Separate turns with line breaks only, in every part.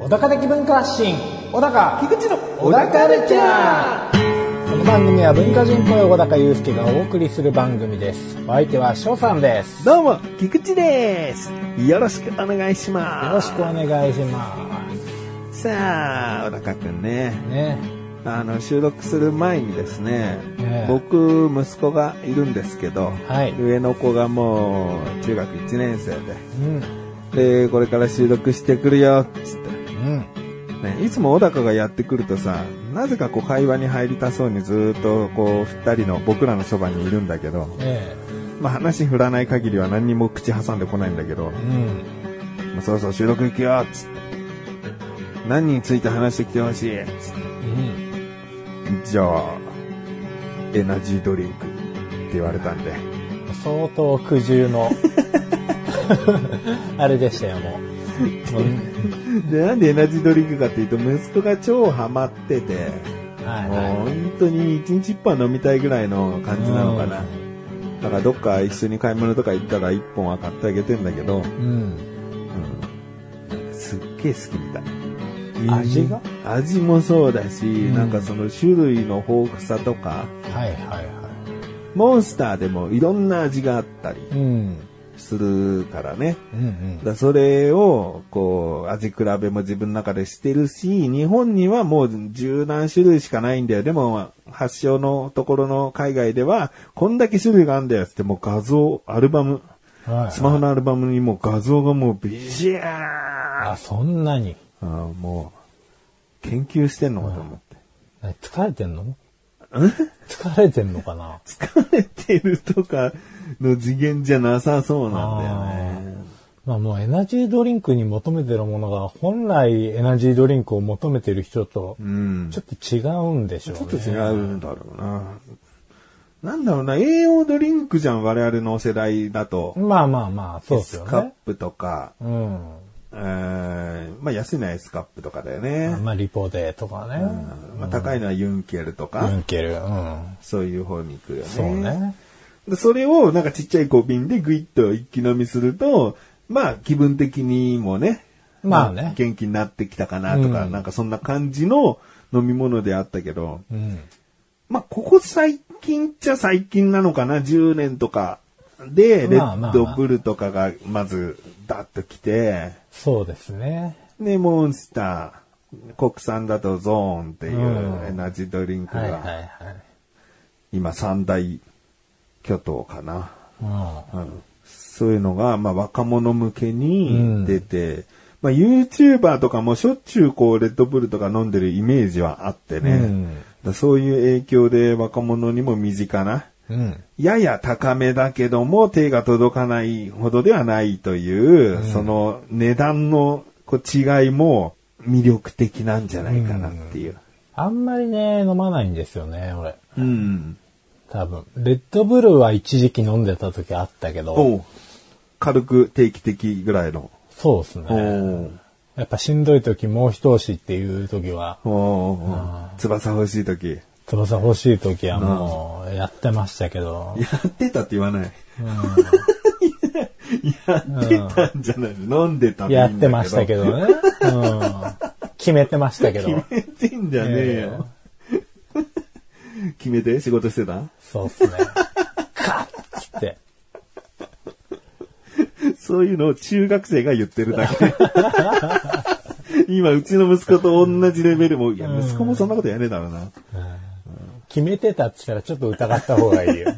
小高的文化発信小高
菊池の
小高ルチャーこの番組は文化人っぽい小高祐介がお送りする番組ですお相手は翔さんです
どうも菊池ですよろしくお願いします
よろしくお願いしま
さあ小高くんね
すね
あの収録する前にですね、
ええ
僕息子がいるんですけど、
はい
上の子がもう中学1年生
うん
ででこれから収録してくるよっつって
うん
ね、いつも小高がやってくるとさ、なぜかこう会話に入りたそうにずーっとこう二人の僕らのそばにいるんだけど、
え
まあ話振らない限りは何にも口挟んでこないんだけど
え、うん
もうそろそろ収録行くよっつって。何について話してきてほしいっつって
うん
じゃあ、エナジードリンクって言われたんで、
相当苦渋の あれでしたよもうもう
で、なんでエナジードリンクかっていうと、息子が超ハマってて、
はい
もう
は
本当に一日一杯飲みたいぐらいの感じなのかな。だからどっか一緒に買い物とか行ったら一本は買ってあげてんだけど、
いうん
うん、すっげえ好きみたい。
味が
味もそうだし、
ん
なんかその種類の豊富さとか、
はいはいは
モンスターでもいろんな味があったり
いうん
するからね。
うんうん
だからそれを、こう、味比べも自分の中でしてるし、日本にはもう十何種類しかないんだよ。でも、発祥のところの海外では、こんだけ種類があるんだよっつって、もう画像、アルバム、
はい
スマホのアルバムにもう画像がもうビシャー
あ
あ
そんなに
ーもう、研究してんのかと思って。
疲れてんの疲れてんのかな
疲れてるとかの次元じゃなさそうなんだよね。
まあもうエナジードリンクに求めてるものが本来エナジードリンクを求めてる人と
うん。
ちょっと違うんでしょうね。
ちょっと違うんだろうな。なんだろうな、栄養ドリンクじゃん、我々の世代だと。
まあまあまあ、そう
エ
です
ス
よ
カッ
ね。
プとか、
うん。
えーまあ安いのはエスカップとかだよ
ま
ね
あ。まあリポデーとかね。
まあ高いのはユンケルとか、
うん、ける。うん。
そういう方に行くよね。
そうね。
でそれをなんかちっちゃい小瓶でグイッと一気飲みすると、まあ気分的にもね、
まあね
元気になってきたかなとか、
うん
なんかそんな感じの飲み物であったけど、
うん。
まあここ最近っちゃ最近なのかな、10年とかで、レ
まあま
ッ
あ
ドブルとかがまずダッと来て、
そうですね。
で、モンスター、国産だとゾーンってい
うん
うエナジードリンク
はいはいは
が、今三大巨頭かな。
い。うん。
うんそういうのが、まあ、若者向けに出て、まあ、YouTuber とかもしょっちゅうこう、レッドブルとか飲んでるイメージはあってね、
うん
だからそういう影響で若者にも身近な、
うん。
やや高めだけども手が届かないほどではないという、その値段のこう違いも魅力的なんじゃないかなっていう。
あんまりね、飲まないんですよね、俺。
うん。
多分。レッドブルは一時期飲んでた時あったけど、
おう軽く定期的ぐらいの。
そうです
お
ね。
う
やっぱしんどい時もう一押しっていう時は、
おうおう翼欲しい時。
翼欲しい時はもうやってましたけど、
やってたって言わない。 やってたんじゃない飲んでたって言
や
う
っ
んだ
てましたけどね。うん、決めてましたけど。
決めてんじゃねえよ。 決めて仕事してた
そうっすね。カッつって。
そういうのを中学生が言ってる だけ。今、うちの息子と同じレベルも、いや、息子もそんなことやねえだろうな。
決めてたっつったらちょっと疑った方がいいよ。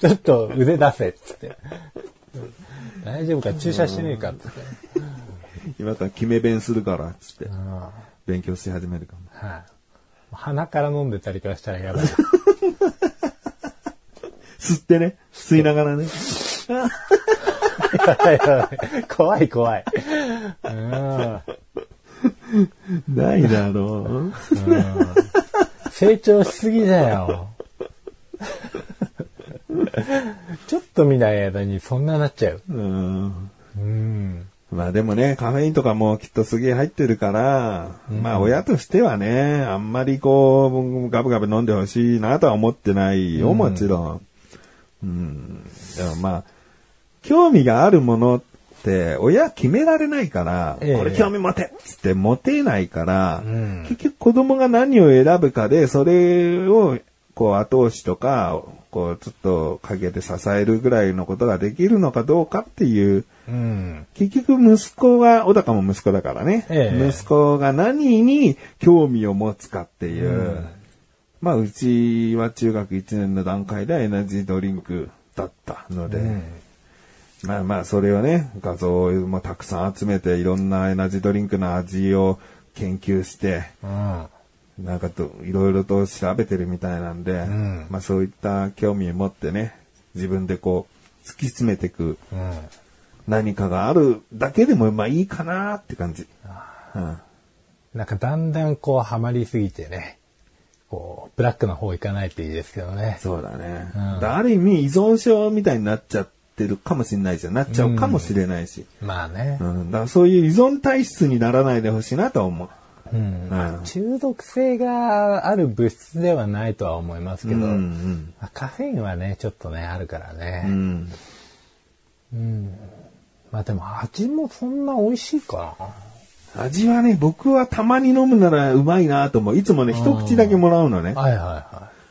ちょっと腕出せっつって。大丈夫か注射してねえかっつって。
今から決め弁するから、つって。
うんはい
勉強し始めるかも。
鼻から飲んでたりとかしたらやばい。
吸ってね。吸いながらね。
やばいやばい怖い怖い。うん
ないだろう。
成長しすぎだよ。 ちょっと見ない間にそんななっちゃう。
うん。
うん。
うまあでもね、カフェインとかもきっとすげえ入ってるから、まあ親としてはね、あんまりこう、ガブガブ飲んでほしいなとは思ってないよ、もちろん。うん。でもまあ、興味があるものって、親決められないから、
ええ
これ興味持てっつって持てないから、
うん
結局子供が何を選ぶかで、それを、こう後押しとか、こうちょっと陰で支えるぐらいのことができるのかどうかっていう、
うん。
結局息子が、小高も息子だからね、
ええ
息子が何に興味を持つかっていう、まあうちは中学1年の段階でエナジードリンクだったので、まあまあそれをね、画像もたくさん集めていろんなエナジードリンクの味を研究して、
うん。
なんかと、いろいろと調べてるみたいなんで、
ん
まあそういった興味を持ってね、自分でこう、突き詰めていく
うん。
何かがあるだけでもまあいいかなって感じ。うん
なんかだんだんこうハマりすぎてね、こう、ブラックの方行かないといいですけどね。
そうだね。
うん
だある意味依存症みたいになっちゃってるかもしれないじゃん。なっちゃうかもしれないし。
まあね
う。ん。だからそういう依存体質にならないでほしいなとは思う。
うん
うん
中毒性がある物質ではないとは思いますけど、
うんうん
まあカフェインはね、ちょっとね、あるからね。
うん。
まあでも味もそんな美味しいか
味はね、僕はたまに飲むならうまいなと思う。いつもね、一口だけもらうのね
な。。はいは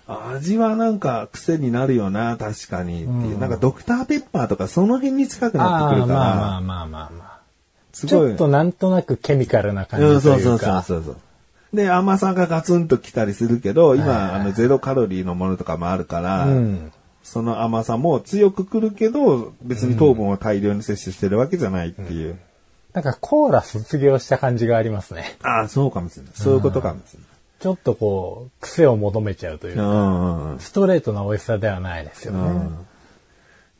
いは
味はなんか癖になるよな、確かにっていう。なんかドクターペッパーとかその辺に近く
い。
なってく
あ
る
あ、
から、
まあまあまあまあまあ。
す
ち
ごい。
ょっとなんとなくケミカルな感じ
うん、そ
と
う
い
そううそう
か。
そうそう。で、甘さがガツンと来たりするけど、
はい
今、あの、ゼロカロリーのものとかもあるから、
うん。
その甘さも強く来るけど、別に糖分を大量に摂取してるわけじゃないっていう。
なんかコーラ卒業した感じがありますね。
ああ、そうかもしれない。そういうことかもしれない。
ちょっとこう、癖を求めちゃうという
う
か、
んうんうん。
ストレートな美味しさではないですよね。
だか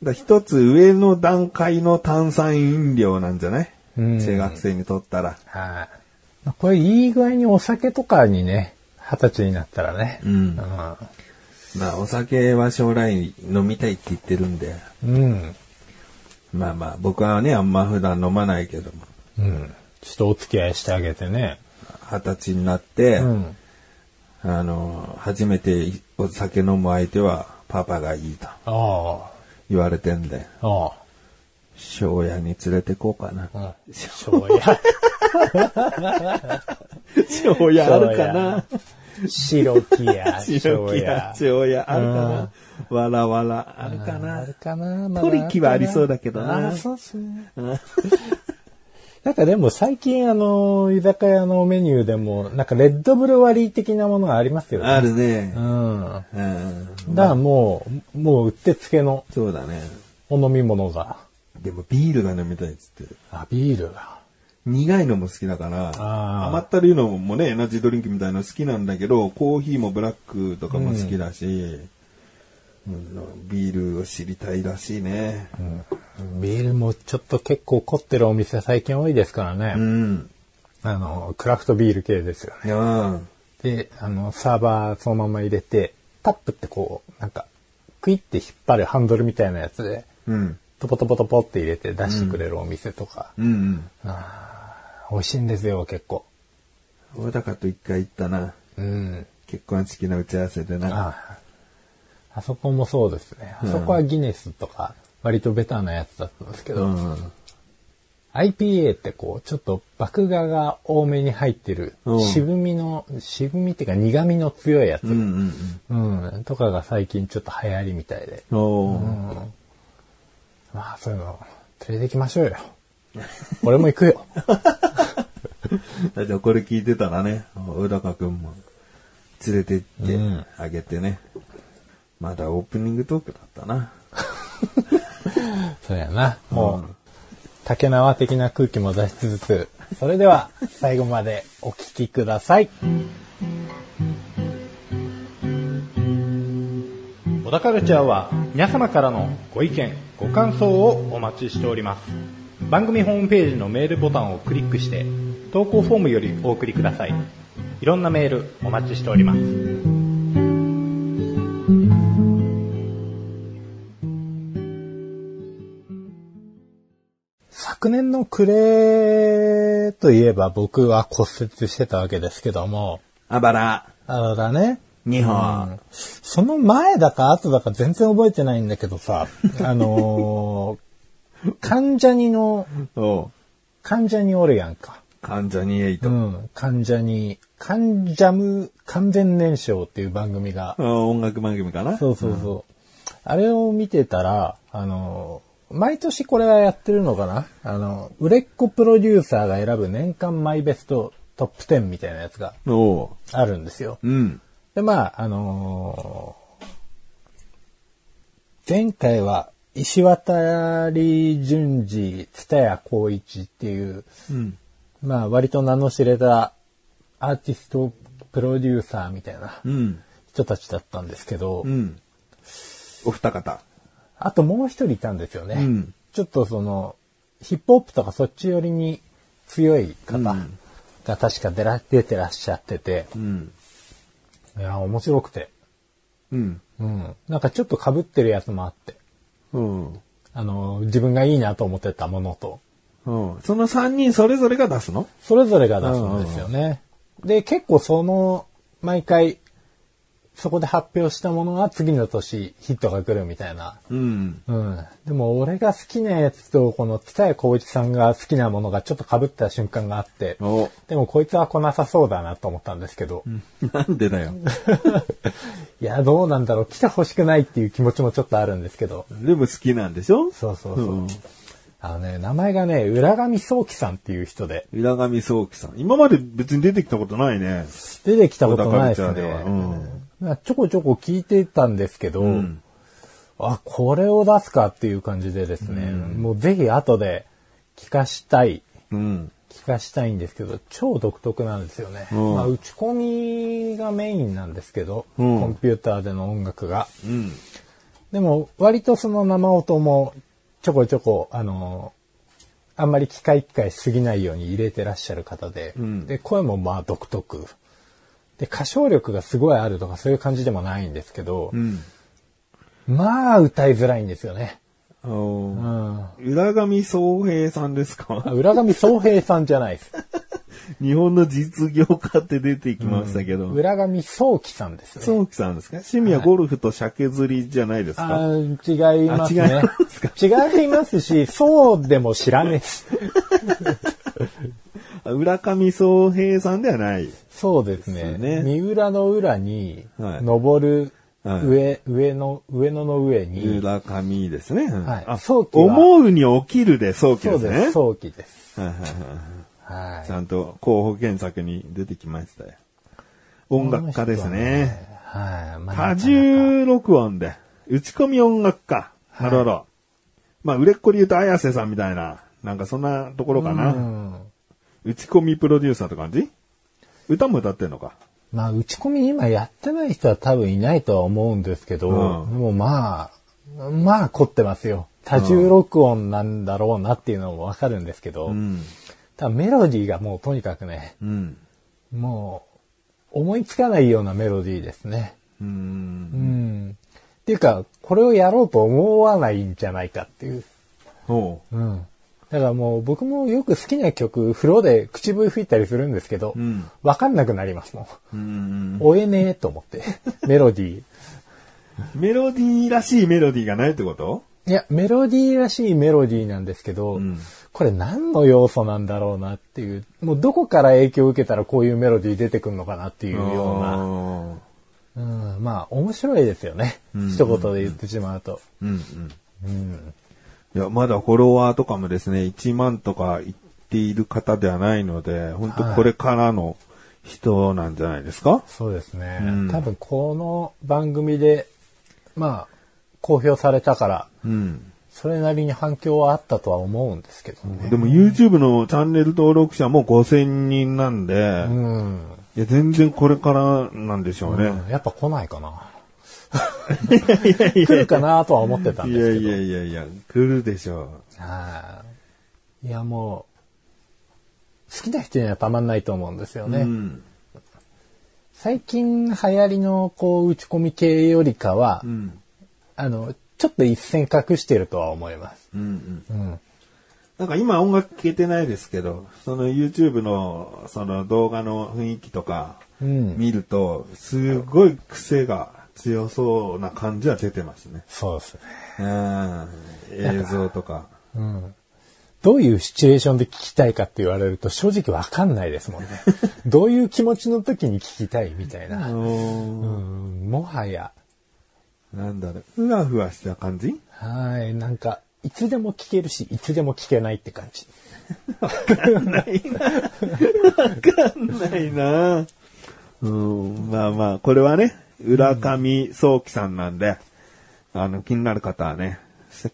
ら一つ上の段階の炭酸飲料なんじゃない、
うん
中学生にとった
はい。
ら。
まあこれいい具合にお酒とかにね、二十歳になったらね。うんん。
まあ、お酒は将来飲みたいって言ってるんで。
うん。
まあまあ、僕はね、あんま普段飲まないけども。
うん。ちょっとお付き合いしてあげてね。
二十歳になって、
うん。
あの、初めてお酒飲む相手はパパがいいと
あ
言われてんで、
あ。あ
庄屋に連れてこうかな。
あ。うん。醤油。
庄屋あるかな
白木屋。
庄
醤
屋
屋。、
庄屋あるかなわらわらあるか
あ
な
るかな、ま
トリキはありそうだけどな
あーそうっすね。なんかでも最近あの、居酒屋のメニューでも、なんかレッドブルワリー的なものがありますよね。
あるね
う。ん。
うん。
だからもう、もううってつけの
そうだね。
お飲み物が。
でもビールが飲みたいっつってる。
あ、ビールが。
苦いのも好きだから、
ー
甘ったるいのもね、エナジードリンクみたいなの好きなんだけど、コーヒーもブラックとかも好きだし、うんビールを知りたいらしいね。
ビールもちょっと結構凝ってるお店最近多いですから
う
ね。
ん。
あの、クラフトビール系ですよね。
いやー
で、あの、サーバーそのまま入れて、タップってこう、なんか、クイって引っ張るハンドルみたいなやつで、
うん。
トポトポトポって入れて出してくれるお店とか、
うんうん。
美味しいんですよ、結構。
小高と一回行ったな。
うん。
結婚式の打ち合わせでな。
ああそこもそうですね。あそこはギネスとか、割とベターなやつだったんですけど、
うん。
IPA ってこう、ちょっと麦芽が多めに入ってる
うん、
渋みの、渋みっていうか苦味の強いやつ、
うんう
うん
ん
とかが最近ちょっと流行りみたいで、
うん。おー
まあそういうの、連れてきましょ うよ。俺も行くよ。
だってこれ聞いてたらね、小高くんも連れて行ってあげてね。まだオープニングトークだったな。
そうやな。もう、竹縄的な空気も出しつつ、それで は最後までお聞きください。小田カルチャーは皆様からのご意見、ご感想をお待ちしております。番組ホームページのメールボタンをクリックして、投稿フォームよりお送りください。いろんなメールお待ちしております。昨年の暮れといえば僕は骨折してたわけですけども、
あばら、
あのだね、
2
うん
本。
その前だか後だか全然覚えてないんだけど さ、あのー関ジャニの、
おう
関ジャニおるやんか。
関ジャニ
う
∞。
ん、関ジャニ、関ジャム完全燃焼っていう番組が
あ、音楽番組かな
そうそうそう。あれを見てたら、あの、毎年これはやってるのかなあの、売れっ子プロデューサーが選ぶ年間マイベストトップ10みたいなやつが
おう
あるんですよ。
うん。
で、まあ、あのー前回は、石渡淳二、蔦谷光一っていう、
うん。
まあ、割と名の知れたアーティスト、プロデューサーみたいな
うん。
人たちだったんですけど、
うん。お二方。
あともう一人いたんですよね。
うん
ちょっとその、ヒップホップとかそっち寄りに強い方
うん
が確か出ら出てらっしゃってて、
うん。
いや、面白くて。
うん。
うん。なんかちょっと被ってるやつもあって、
うん。
あの、自分がいいなと思ってたものと、
うん。その三人それぞれが出すの
それぞれが出すんですよね。で、結構その、毎回、そこで発表したものは次の年ヒットが来るみたいな
うん。
うん。でも俺が好きなやつと、この蔦谷光一さんが好きなものがちょっと被った瞬間があって、
お
でもこいつは来なさそうだなと思ったんですけど、
なんでだよ。
いや、どうなんだろう、来てほしくないっていう気持ちもちょっとあるんですけど、
でも好きなんでしょ
そうそうそう。
ん
あのね、名前がね、浦上壮樹さんっていう人で、
浦上聡輝さん。今まで別に出てきたことないね。
出てきたことないです
小高部
ね。
茶ではうん
まあちょこちょこ聞いてたんですけど、
ん
あ、これを出すかっていう感じでですね、もうぜひ後で聞かしたい
うん。
聞かしたいんですけど、超独特なんですよね。
うん
まあ、打ち込みがメインなんですけど、
うん
コンピューターでの音楽が。
うん。
でも、割とその生音も、ちょこちょこ、あのーあんまり機械機械しすぎないように入れてらっしゃる方で、
ん
で、声もまあ独特。で、歌唱力がすごいあるとかそういう感じでもないんですけど、
うん。
まあ歌いづらいんですよね。
お
う
ー
ん。
浦上聡平さんです
あ
か
浦上宗平さんじゃないです。
日本の実業家って出てきましたけど。
浦上宗樹さんですね。
聡輝さんですか趣味はゴルフと鮭釣りじゃないですか、
あー違います
あ違
ね
いますか。
違いますし、そうでも知らねえし。
浦上聡平さんではない。
そうです
で
ね。
すね
三浦の裏に、
はい
登る、
はい
上、上の、上野の上に、
浦上ですね。
はい
あ、
聡輝は
思うに起きるで聡輝
そう
です
で
ね。
す、早期です。
はいはいはい
は
ちゃんと候補検索に出てきましたよ。音楽家ですね
い。。はい。まあ
多重録音で、打ち込み音楽家。なるほど。まあ、売れっ子で言うと綾瀬さんみたいな、なんかそんなところか
なかなかう
な。
ん。
打ち込みプロデューサーって感じ歌も歌ってんのか。
まあ、打ち込み今やってない人は多分いないとは思うんですけど、
うん
もうまあ、まあ凝ってますよ。多重録音なんだろうなっていうのもわかるんですけど、
うん。
ただメロディーがもうとにかくね、
うん。
もう思いつかないようなメロディーですね。
う。
うんん。っていうか、これをやろうと思わないんじゃないかっていう。
おう。
うん。だからもう僕もよく好きな曲、風呂で口笛吹いたりするんですけど
うん、
わ、かんなくなりますもん。
うん。
追えねえと思っ て、メロディー。
メロディーらしいメロディーがないってこと
いや、メロディーらしいメロディーなんですけど、
ん
これ何の要素なんだろうなっていう、もうどこから影響を受けたらこういうメロディー出てくるのかなっていうような、
あ
うん、まあ面白いですよね。一言で言ってしまうと。
ーうんうん。いや、まだフォロワーとかもですね、1万とかいっている方ではないので、本当これからの人なんじゃないですか、
そうですね。
うん
多分この番組で、まあ、公表されたから、
うん。
それなりに反響はあったとは思うんですけどね。
でも YouTube のチャンネル登録者も5000人なんで、
うん。
いや、全然これからなんでしょうね。
やっぱ来ないかな。来るかなとは思ってたん
い
です
や
けど。
いやいやいや、来るでしょ
はい。いや、もう、好きな人にはたまんないと思うんですよ
う。
ね。
うん。
最近流行りの、こう、打ち込み系よりかは、
うん。
あの、ちょっと一線隠してるとは思います。
うん。
うん。
なんか今音楽聴けてないですけど、その YouTube のその動画の雰囲気とか
うん
見ると、すごい癖が強そうな感じは出てますね。
そうですね。
うん。映像とか。
どういうシチュエーションで聞きたいかって言われると正直わかんないですもん ね。どういう気持ちの時に聞きたいみたい
あ
な。う
の
ん、もはや、
ーなんだろう、ふわふわした感じ
はい、なんか、いつでも聞けるし、いつでも聞けないって感じ。
ないなうん、まあまあ、これはね、浦上早紀さんなんで、あの、気になる方はね、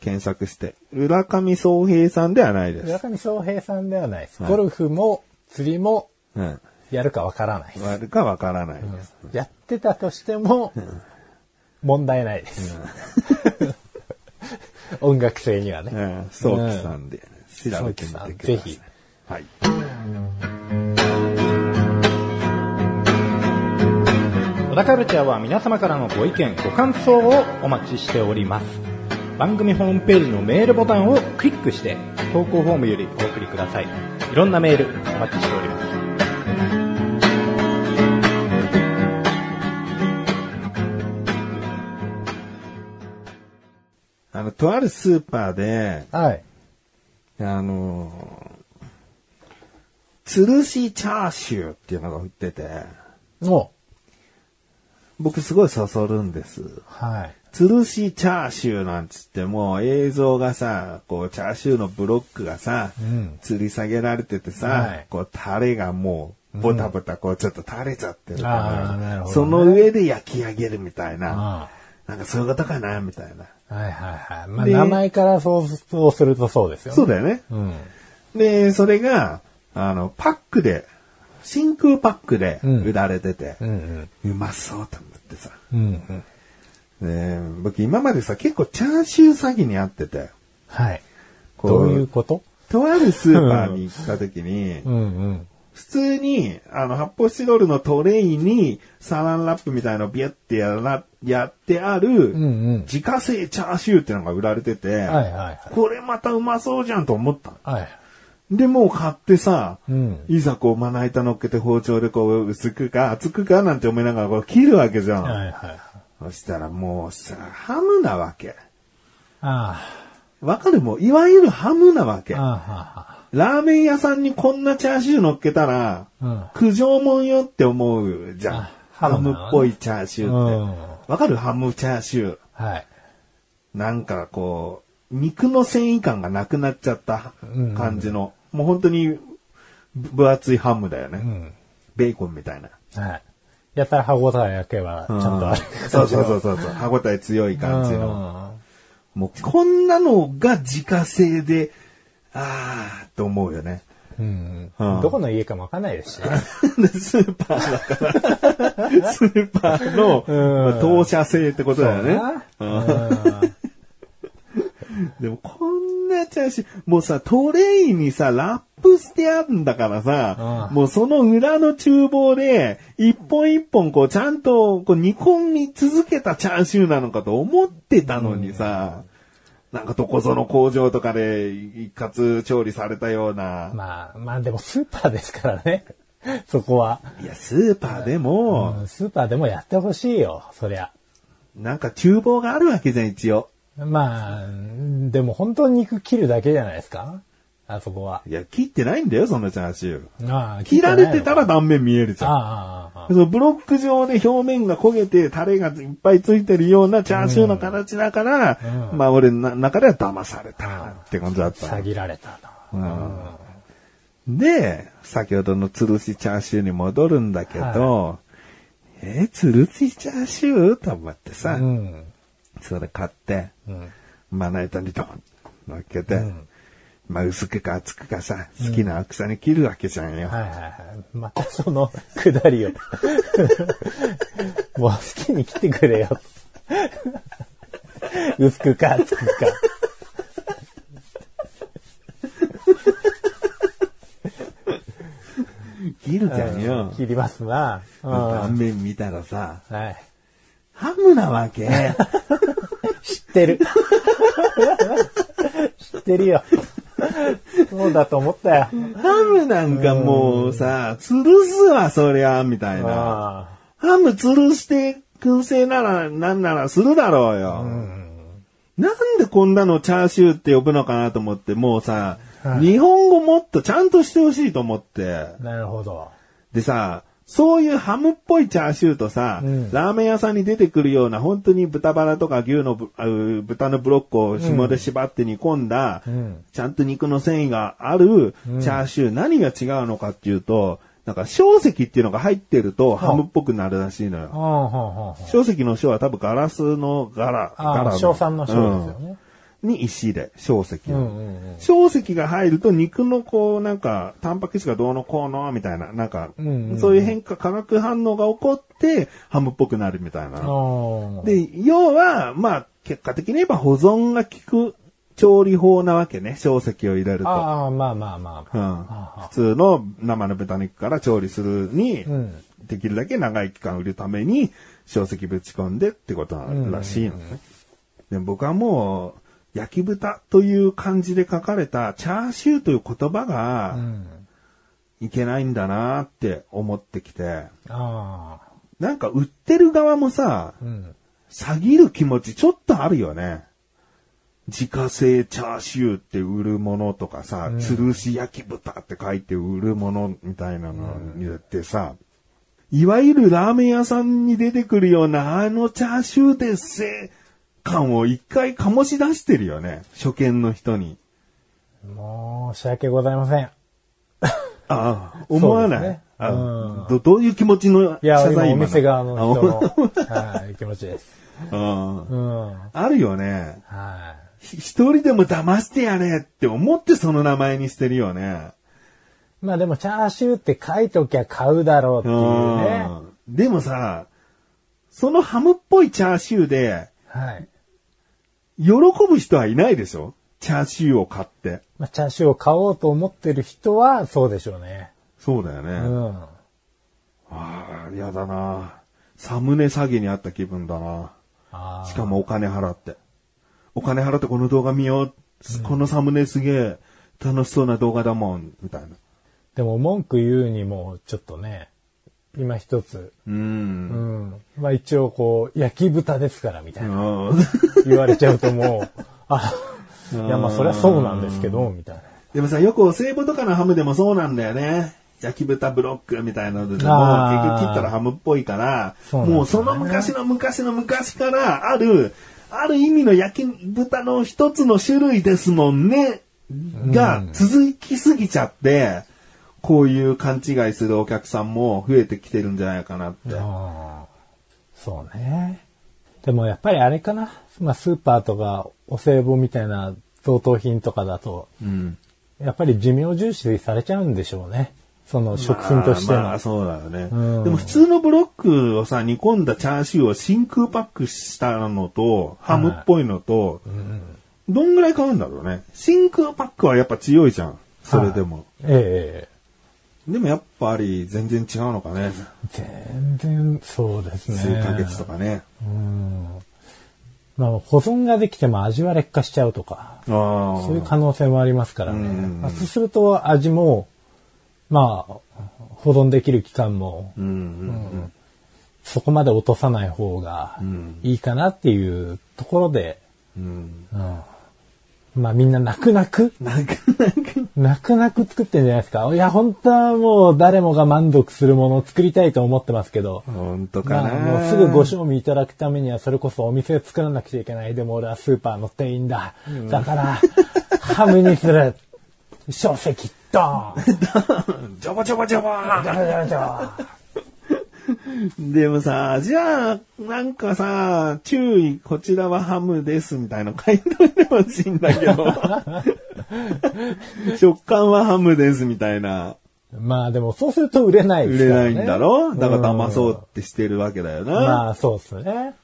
検索して、浦上宗平さんではないで
村
す。
上翔平さんではないです。
はい
ゴルフも釣りも
うん。
やるかわからないです。
悪かわからないです。
やってたとしても、問題ないです。 音楽性には
う
ね。
ん、早紀さんで調べてみてくださ
早紀さ
い。
んぜひ
はい。
小田カルチャーは皆様からのご意見、ご感想をお待ちしております。番組ホームページのメールボタンをクリックして、投稿フォームよりお送りください。いろんなメールお待ちしております。
あの、とあるスーパーで、
はい。
あのーつるしチャーシューっていうのが売ってて、
も
僕すごいそそるんです。
う、はい。
つるしチャーシューなんつってもう映像がさ、こうチャーシューのブロックがさ、
うん
吊り下げられててさ、
はい
こうタレがもうボタボタこうちょっと垂れちゃってるか
あ
ら
ーなるほどね
その上で焼き上げるみたいな、
あ
なんかそういうことかな、みたいな。
あはいはいはい。まあ、
で
名前からそうそうするとそうですよね。
そうだよね。
うん。
で、それが、あの、パックで、真空パックで
うん
売られてて、
うんうん。
うまそうと思ってさ。
うんうん。
で僕今までさ、結構チャーシュー詐欺にあってて、
はい。
こ
どういうこと
とあるスーパーに行った時に、
んうん。
普通に、あの、発泡スチロールのトレイに、サランラップみたいのをビュってやら、やってある、
うんうん。
自家製チャーシューってのが売られてて、
はいはいはい。
これまたうまそうじゃんと思ったの。
はい。
で、もう買ってさ、
うん
いざこう、まな板乗っけて包丁でこう、薄くか、厚くかなんて思いながらこう、切るわけじゃん。
はいはいはい。
そしたらもうさ、ハムなわけ。
あ
わかるもう、いわゆるハムなわけ
あ。あ。あ
ラーメン屋さんにこんなチャーシュー乗っけたら、
うん
苦情もんよって思うじゃん
あ。
ハ
ハム
ム
なのね
っぽいチャーシューって。わ、かるハムチャーシュー。
あ。はい。
なんかこう、肉の繊維感がなくなっちゃった
うん
感じの、もう本当に分厚いハムだよね。
うん。
ベーコンみたいな。
はい。やたら歯応えだけはちゃんとある
うん。そうそうそうそうそう。歯応え強い感じの。
の。
もうこんなのが自家製で、あーと思うよね。
うん。
うん
どこの家かもわかんないですしね。
スーパーだから、 スーパーの、
うん
まあ当社製ってことだよね。
うん
でもこんなチャーシュー、もうさ、トレイにさ、ラップしてあるんだからさ、
うん
もうその裏の厨房で、一本一本こう、ちゃんとこう煮込み続けたチャーシューなのかと思ってたのにさ、なんかどこぞの工場とかで一括調理されたような、
まあ、まあでもスーパーですからね。そこは。
いや、スーパーでも、
うんスーパーでもやってほしいよ、そりゃ。
なんか厨房があるわけじゃん、一応。
まあ、でも本当に肉切るだけじゃないですかあそこは。
いや、切ってないんだよ、そのチャーシュー。
ああ
切られてたら
だ。
断面見えるじ
あ
ゃん。
あああ、ああ
そのブロック状で表面が焦げて、タレがいっぱいついてるようなチャーシューの形だから、
うん
まあ俺の中では騙されたって感じだった
詐
の。
欺られたな。
で、先ほどのつるしチャーシューに戻るんだけど、えー、つるしチャーシューと思ってさ、
うん。
それ買って、
うん。
まな板にドン乗っけて、
うん
まあ薄くか厚くかさ、好きな大きさに切るわけじゃんよ。
はいはいはい。またそのくだりを。 もう好きに来てくれよ。薄くか、厚くか。
切るじゃんよ。
切りますな。うん。は
断面見たらさ、
い。
ハムなわけ。
知ってる。知ってるよ。そうだと思ったよ。
ハムなんかもうさ、吊るすわ、そりゃ、みたいな。
あ
ハム吊るして燻製なら、なんならするだろうよ。なんでこんなのチャーシューって呼ぶのかなと思って、もうさ、
はい
日本語もっとちゃんとしてほしいと思って。
あ、なるほど。
でさ、そういうハムっぽいチャーシューとさ、
うん
ラーメン屋さんに出てくるような、本当に豚バラとか牛のぶ、あう豚のブロックを紐で縛って煮込んだ、
うん
ちゃんと肉の繊維があるチャーシュー、何が違うのかっていうと、なんか、小石っていうのが入ってると、ハムっぽくなるらしいの
は
よ。
あ、はあ、は
小石の小は多分ガラスの柄、
あ。あ
柄
あ、賞賛の賞ですよね。
うんに石で、小石
う
の。
んうんうん。
小石が入ると肉のこうなんか、タンパク質がどうのこうのみたいな、なんか
うんうんうん、
そういう変化、化学反応が起こって、ハムっぽくなるみたい
あ
な。
あ、
で、要は、まあ、結果的に言えば保存が効く調理法なわけね、小石を入れると。
ああ、まあまあま
う
あ。
ん
ああ
普通の生の豚肉から調理するに
う、ん。
できるだけ長い期間売るために、小石ぶち込んでってことらしいのね。で僕はもう、焼き豚という漢字で書かれたチャーシューという言葉
う
が
ん。
いけないんだなって思ってきて、
ああ。
なんか売ってる側もさ、
うん。
詐欺る気持ちちょっとあるよね。自家製チャーシューって売るものとかさ、つるし焼き豚って書いて売るものみたいなのにだってさ、いわゆるラーメン屋さんに出てくるようなあのチャーシューですせ感を一回醸し出してるよね。初見の人に。
申し訳ございません。
ああ、思わない、
そうですね
あ
うん
どどういう気持ちの
いや、
謝
今
罪
お店側の人の、
あ
はい、気持ちです。
おうん
うん。は
あるよね。
い。
ひ一人でも騙してやれって思ってその名前にしてるよね。
まあでも、チャーシューって書いときゃ買うだろうっていうね。
うんでもさ、そのハムっぽいチャーシューで、
はい。
喜ぶ人はいないでしょチャーシューを買って。
まあ、チャーシューを買おうと思ってる人は、そうでしょうね。
そうだ
う
よね。
ん。
ああ、やだなサムネ詐欺にあった気分だな
あ
しかもお金払って。お金払ってこの動画見よう。このサムネすげえ楽しそうな動画だもん。みたいな。
でも文句言うにも、ちょっとね、今一つ、
う。
うんん。まあ一応こう、焼き豚ですからみたいな
うん
言われちゃうともう、あ、いやまあそりゃ そうなんですけど、みたいな。
でもさ、よくお歳暮とかのハムでもそうなんだよね。焼き豚ブロックみたいなのでも、
あー
結局切ったらハムっぽいから、
そうなんだよね
もうその昔の昔の昔からある、ある意味の焼き豚の一つの種類ですもんね、が続きすぎちゃって、こういう勘違いするお客さんも増えてきてるんじゃないかなって。
ああ、そうね。でもやっぱりあれかな。まあスーパーとかお歳暮みたいな贈答品とかだと、
うん。
やっぱり寿命重視されちゃうんでしょうね。その食品としての。
まあまあそうだよね。
うん
でも普通のブロックをさ、煮込んだチャーシューを真空パックしたのと、ハムっぽいのと、どんぐらい買うんだろうね。真空パックはやっぱ強いじゃん。それでも。
ええ
でもやっぱり全然違うのかね。
全然そうですね。
数ヶ月とかね。
うん。まあ保存ができても味は劣化しちゃうとか、
ああ。
そういう可能性もありますからね。
うん
まあそうすると味も、まあ、保存できる期間も
うんうん
そこまで落とさない方がいいかなっていうところで、
うん。うん。
うんまあみんな泣く泣く
なんか、なんか、
泣く泣く作ってんじゃないですか。いや、本当はもう誰もが満足するものを作りたいと思ってますけど、
本当かな
まあ、。もうすぐご賞味いただくためにはそれこそお店を作らなくちゃいけない。でも俺はスーパーの店員だ。だから、ハムにする。 小石、ドーン
ジャバジャバジャバ
ダメダメダメ
でもさ、じゃあ、なんかさ、注意、こちらはハムですみたいなの書いといてほしいんだ けど。食感はハムですみたいな。
まあでもそうすると売れないで
売
す
れ
から
な
ね。
いんだろだから騙そううってしてるわけだよ
ん。ま
な。
あそうですね。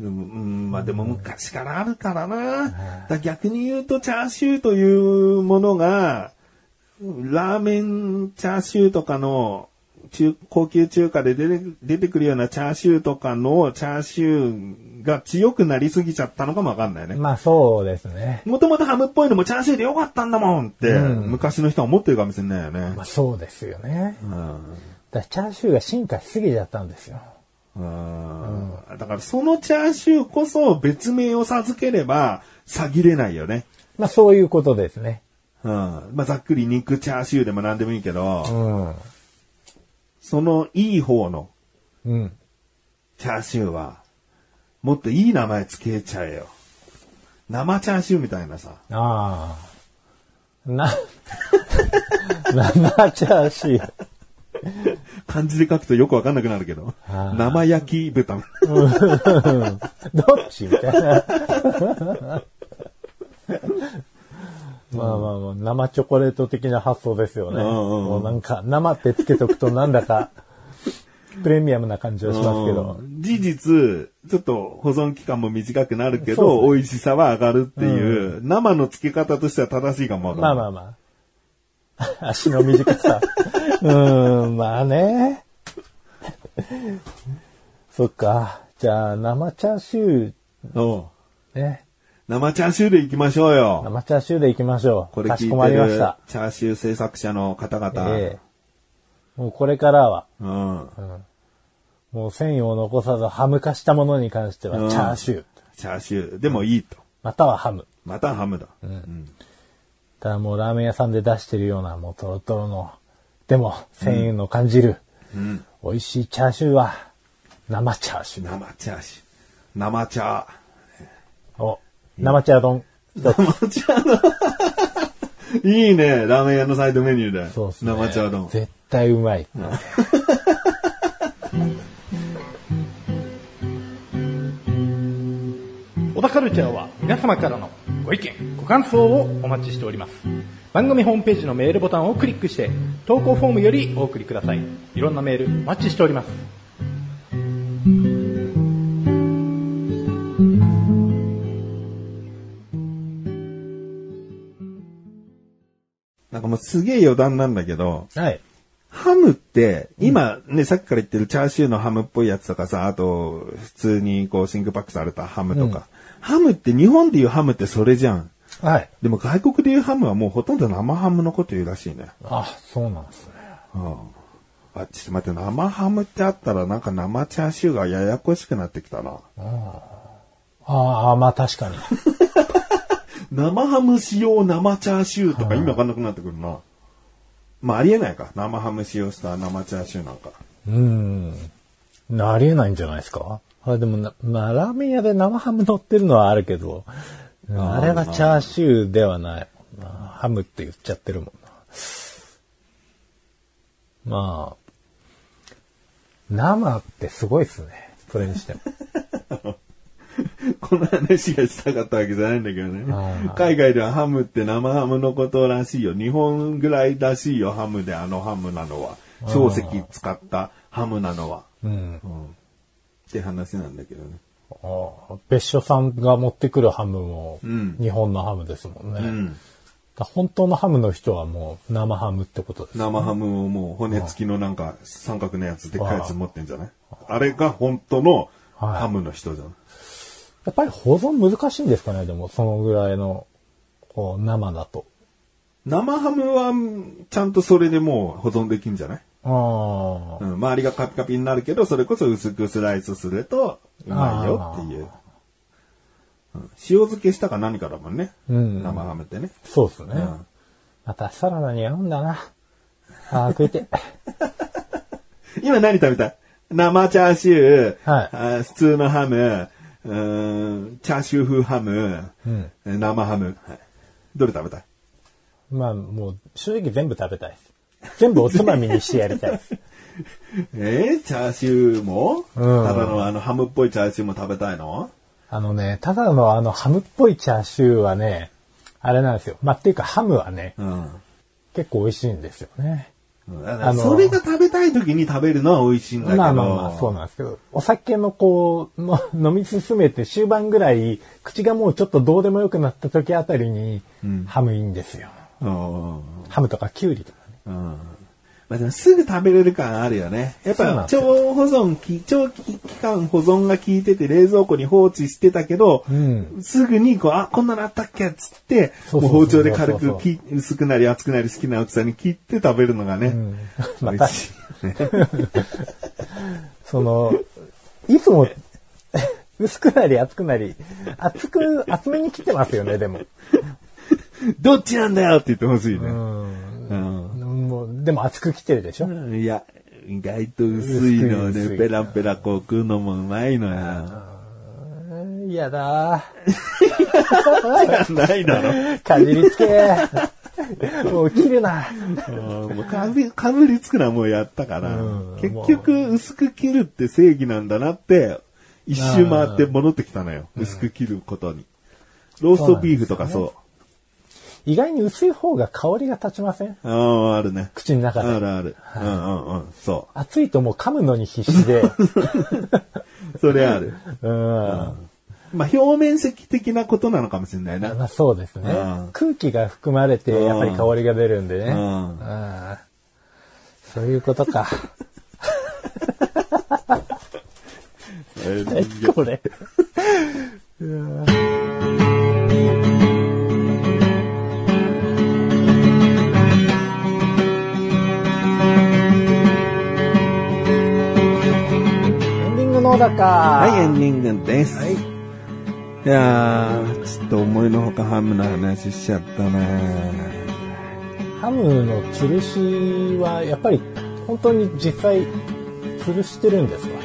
でもうん、まあでも昔からあるからな。だから逆に言うとチャーシューというものが、ラーメンチャーシューとかの中、高級中華で出て出てくるようなチャーシューとかのチャーシューが強くなりすぎちゃったのかもわかんないね。
まあそうですね。
もともとハムっぽいのもチャーシューでよかったんだもんって、
うん
昔の人は思ってるかもしれないよね
まあ。そうですよね。
うん
だからチャーシューが進化しすぎちゃったんですよ。
うんだからそのチャーシューこそ別名を授ければ、詐欺れないよね。
まあそういうことですね。
うん。まあ、ざっくり肉チャーシューでも何でもいいけど、
うん。
そのいい方の
うん。
チャーシューは、もっといい名前つけちゃえよ。生チャーシューみたいなさ。
ああ。な、 生チャーシュー。
漢字で書くとよくわかんなくなるけど。
あー
生焼き豚。
どっちみたいな。 まあまあまあ、生チョコレート的な発想ですよね。
うんうんうん
もうなんか、生ってつけとくとなんだか、プレミアムな感じはしますけど
う。ん事実、ちょっと保存期間も短くなるけ
そう
ど、
そう
美味しさは上がるっていう、生の付け方としては正しいかもわかん
ま
ない。
あまあまあ。 足の短さ。 うーん、まあね。 そっか。じゃあ、生チャーシュ
おう
ー、ね。
生チャーシューで行きましょうよ。
生チャーシューで行きましょう。
これ
か
聞
し
い
こま
て
りまし
る
た。
チャーシュー制作者の方々。
ええもうこれからは、
うん。
もう繊維を残さずハム化したものに関して
う
は
ん
チャーシュー、
チャーシューでもいいと。
またはハム。
またハムだ。
ただもうラーメン屋さんで出してるようなもうトロトロの、でも繊維の感じる、
うん。
美味しいチャーシューは生チャーシュ
生チャーシュー。生チャー。
ー。お、生チャー丼。
生チャー丼。いいね。ラーメン屋のサイドメニューで。
そうっすね。
生チャー丼。
絶対うまい。
小田カルチャーは皆様からのご意見、ご感想をお待ちしております。番組ホームページのメールボタンをクリックして、投稿フォームよりお送りください。いろんなメールお待ちしております。
なんかもうすげえ余談なんだけど、
はい。
ハムって、今ね、さっきから言ってるチャーシューのハムっぽいやつとかさ、あと、普通にこうシンクパックされたハムとか。ハムって日本でいうハムってそれじゃん。
はい。
でも外国でいうハムはもうほとんど生ハムのこと言うらしいね。
あ、そうなんですね。
あ、ちょっと待って、生ハムってあったらなんか生チャーシューがややこしくなってきたな。
ああ、まあ確かに。
生ハム使用生チャーシューとか意味わかんなくなってくるな。まあありえないか。生ハム使用した生チャーシューなんか。
うーん。なりえないんじゃないですかあれでもな、まあ、ラーメン屋で生ハム乗ってるのはあるけど、うんあれはチャーシューではない。まあハムって言っちゃってるもんな。まあ、生ってすごいっすね。それに しても。
この話がしたかったわけじゃないんだけど
あ
ね
ー。
海外ではハムって生ハムのことらしいよ。日本ぐらいらしいよ、ハムであのハムなのは。小石使ったハムなのは。
うん。
って話なんだけどね。
ああ別所さんが持ってくるハムも、
うん
日本のハムですもんね。
うん。
だ本当のハムの人はもう生ハムってことです。
生ハムをもう骨付きのなんか三角のやつ、でっかいやつ持ってんじゃないあれが本当の
はい
ハムの人じゃん。
やっぱり保存難しいんですかね、でも、そのぐらいの、こう、生だと。
生ハムはちゃんとそれでもう保存できんじゃない、
あ
う
あ。
ん、周りがカピカピになるけど、それこそ薄くスライスするとうまいよっていう。うん塩漬けしたか何かだもんね。
うん
生ハムってね。
そうですね。
ん
またサラダに合うんだな。ああ、食いてえ。
今何食べたい生チャーシュー、
はい
あー普通のハム、うーんチャーシュー風ハム、
うん
生ハム、はいどれ食べたい
まあ、もう、正直全部食べたいです。全部おつまみにしてやりたい です。
えー、チャーシューも、
うん
ただのあのハムっぽいチャーシューも食べたいの
あのね、ただのあの、ハムっぽいチャーシューはね、あれなんですよ。まあ、っていうか、ハムはね、
うん。
結構美味しいんですよね。
あのそれが食べたい時に食べるのは美味しいんだけど。
まあまあまあ、そうなんですけど、お酒のこう、の 飲み進めて終盤ぐらい、口がもうちょっとどうでもよくなった時あたりに、ハムいいんですよ。
うんうん
ハムとかキュウリとかね。
うんまあでもすぐ食べれる感あるよね。やっ
そうなん
ぱ
です
長保存き、長期期間保存が効いてて冷蔵庫に放置してたけど、
ん
すぐにこう、あ、こんなのあったっけっつって、
そう
も
そううそう
包丁で軽
そうそ
く
う
き薄くなり厚くなり好きな大きさに切って食べるのがね、 美味しい。
その、 いつも、 薄くなり厚くなり、厚く、厚めに切ってますよね、でも。
どっちなんだよって言ってほしいね。
うん。
うん
もう、でも厚く切ってるでしょ
いや、意外と薄いの
薄い薄
で、
い
ペラペラこう食うのもうまいのや。
嫌だ
ないだろ。
ー。かじりつけー。 もう切るな。
もうかぶかぶりつくのはもうやったから、
うん
結局薄く切るって正義なんだなって、一周回って戻ってきたのよ。薄く切ることに。ローストビーフとかそう。
意外に薄い方が香りが立ちません
ああ、あるね。
口の中
あ
で。
るある。うんうんうん。そ
熱いともう噛むのに必死で。
う。それある。
うん。
まあ、表面積的なことなのかもしれない
ま
な。
あそうですね
うん。
空気が含まれて、やっぱり香りが出るんでね。
う
う
ん
んそういうこと か。
えー
こ れ。エンディングのだか。
はい、エ
は
ンディングです。い、やー、ちょっと思いのほかハムの話しちゃったね。
ハムの吊るしは、やっぱり本当に実際吊るしてるんですか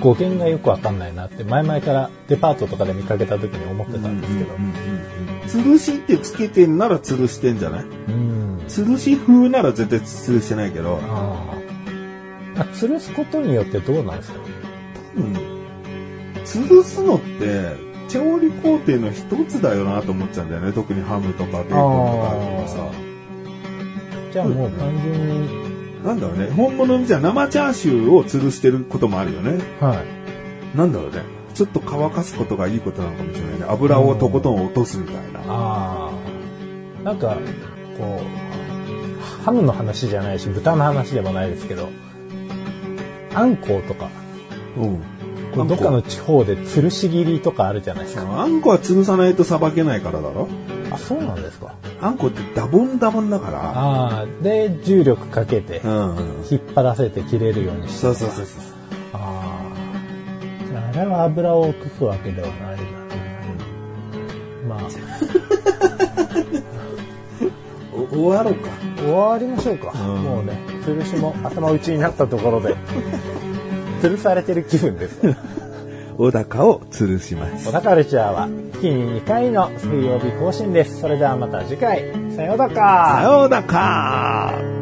語源がよくわかんないなって、前々からデパートとかで見かけた時に思ってたんですけど。
吊るしってつけてんなら吊るしてんじゃない
うん。
吊るし風なら絶対吊るしてないけど、
ああ。吊るすことによってどうなんですか
うん、吊るすのって調理工程の一つだよなと思っちゃうんだよね。特にハムとかベーコンとかある
じゃあもう単純に、
とかさ。なんだろうね、本物のじゃあ生チャーシューを吊るしてることもあるよね。
はい。
なんだろうね。ちょっと乾かすことがいいことなのかもしれないね。油をとことん落とすみたいな。
ああ。なんか、こう、ハムの話じゃないし、豚の話でもないですけど、あんこうとか、
うん。
こうどっかの地方で吊るし切りとかあるじゃないですか。
あんこは潰さないとさばけないからだろ
あ、そうなんですか。
あんこってダボンダボンだから。
ああ、で、重力かけて
う、んうん。
引っ張らせて切れるようにして。
そうそうそうそう。
ああ。じゃあ、あれは油を落とすわけではないな。まあ、
お終わろうか。
終わりましょうか、
ん
もうね吊るしも頭打ちになったところで 吊るされてる気分です
小高を吊るします。
小田カルチャーは月に2回の水曜日更新ですそれではまた次回さようだか
さようだかー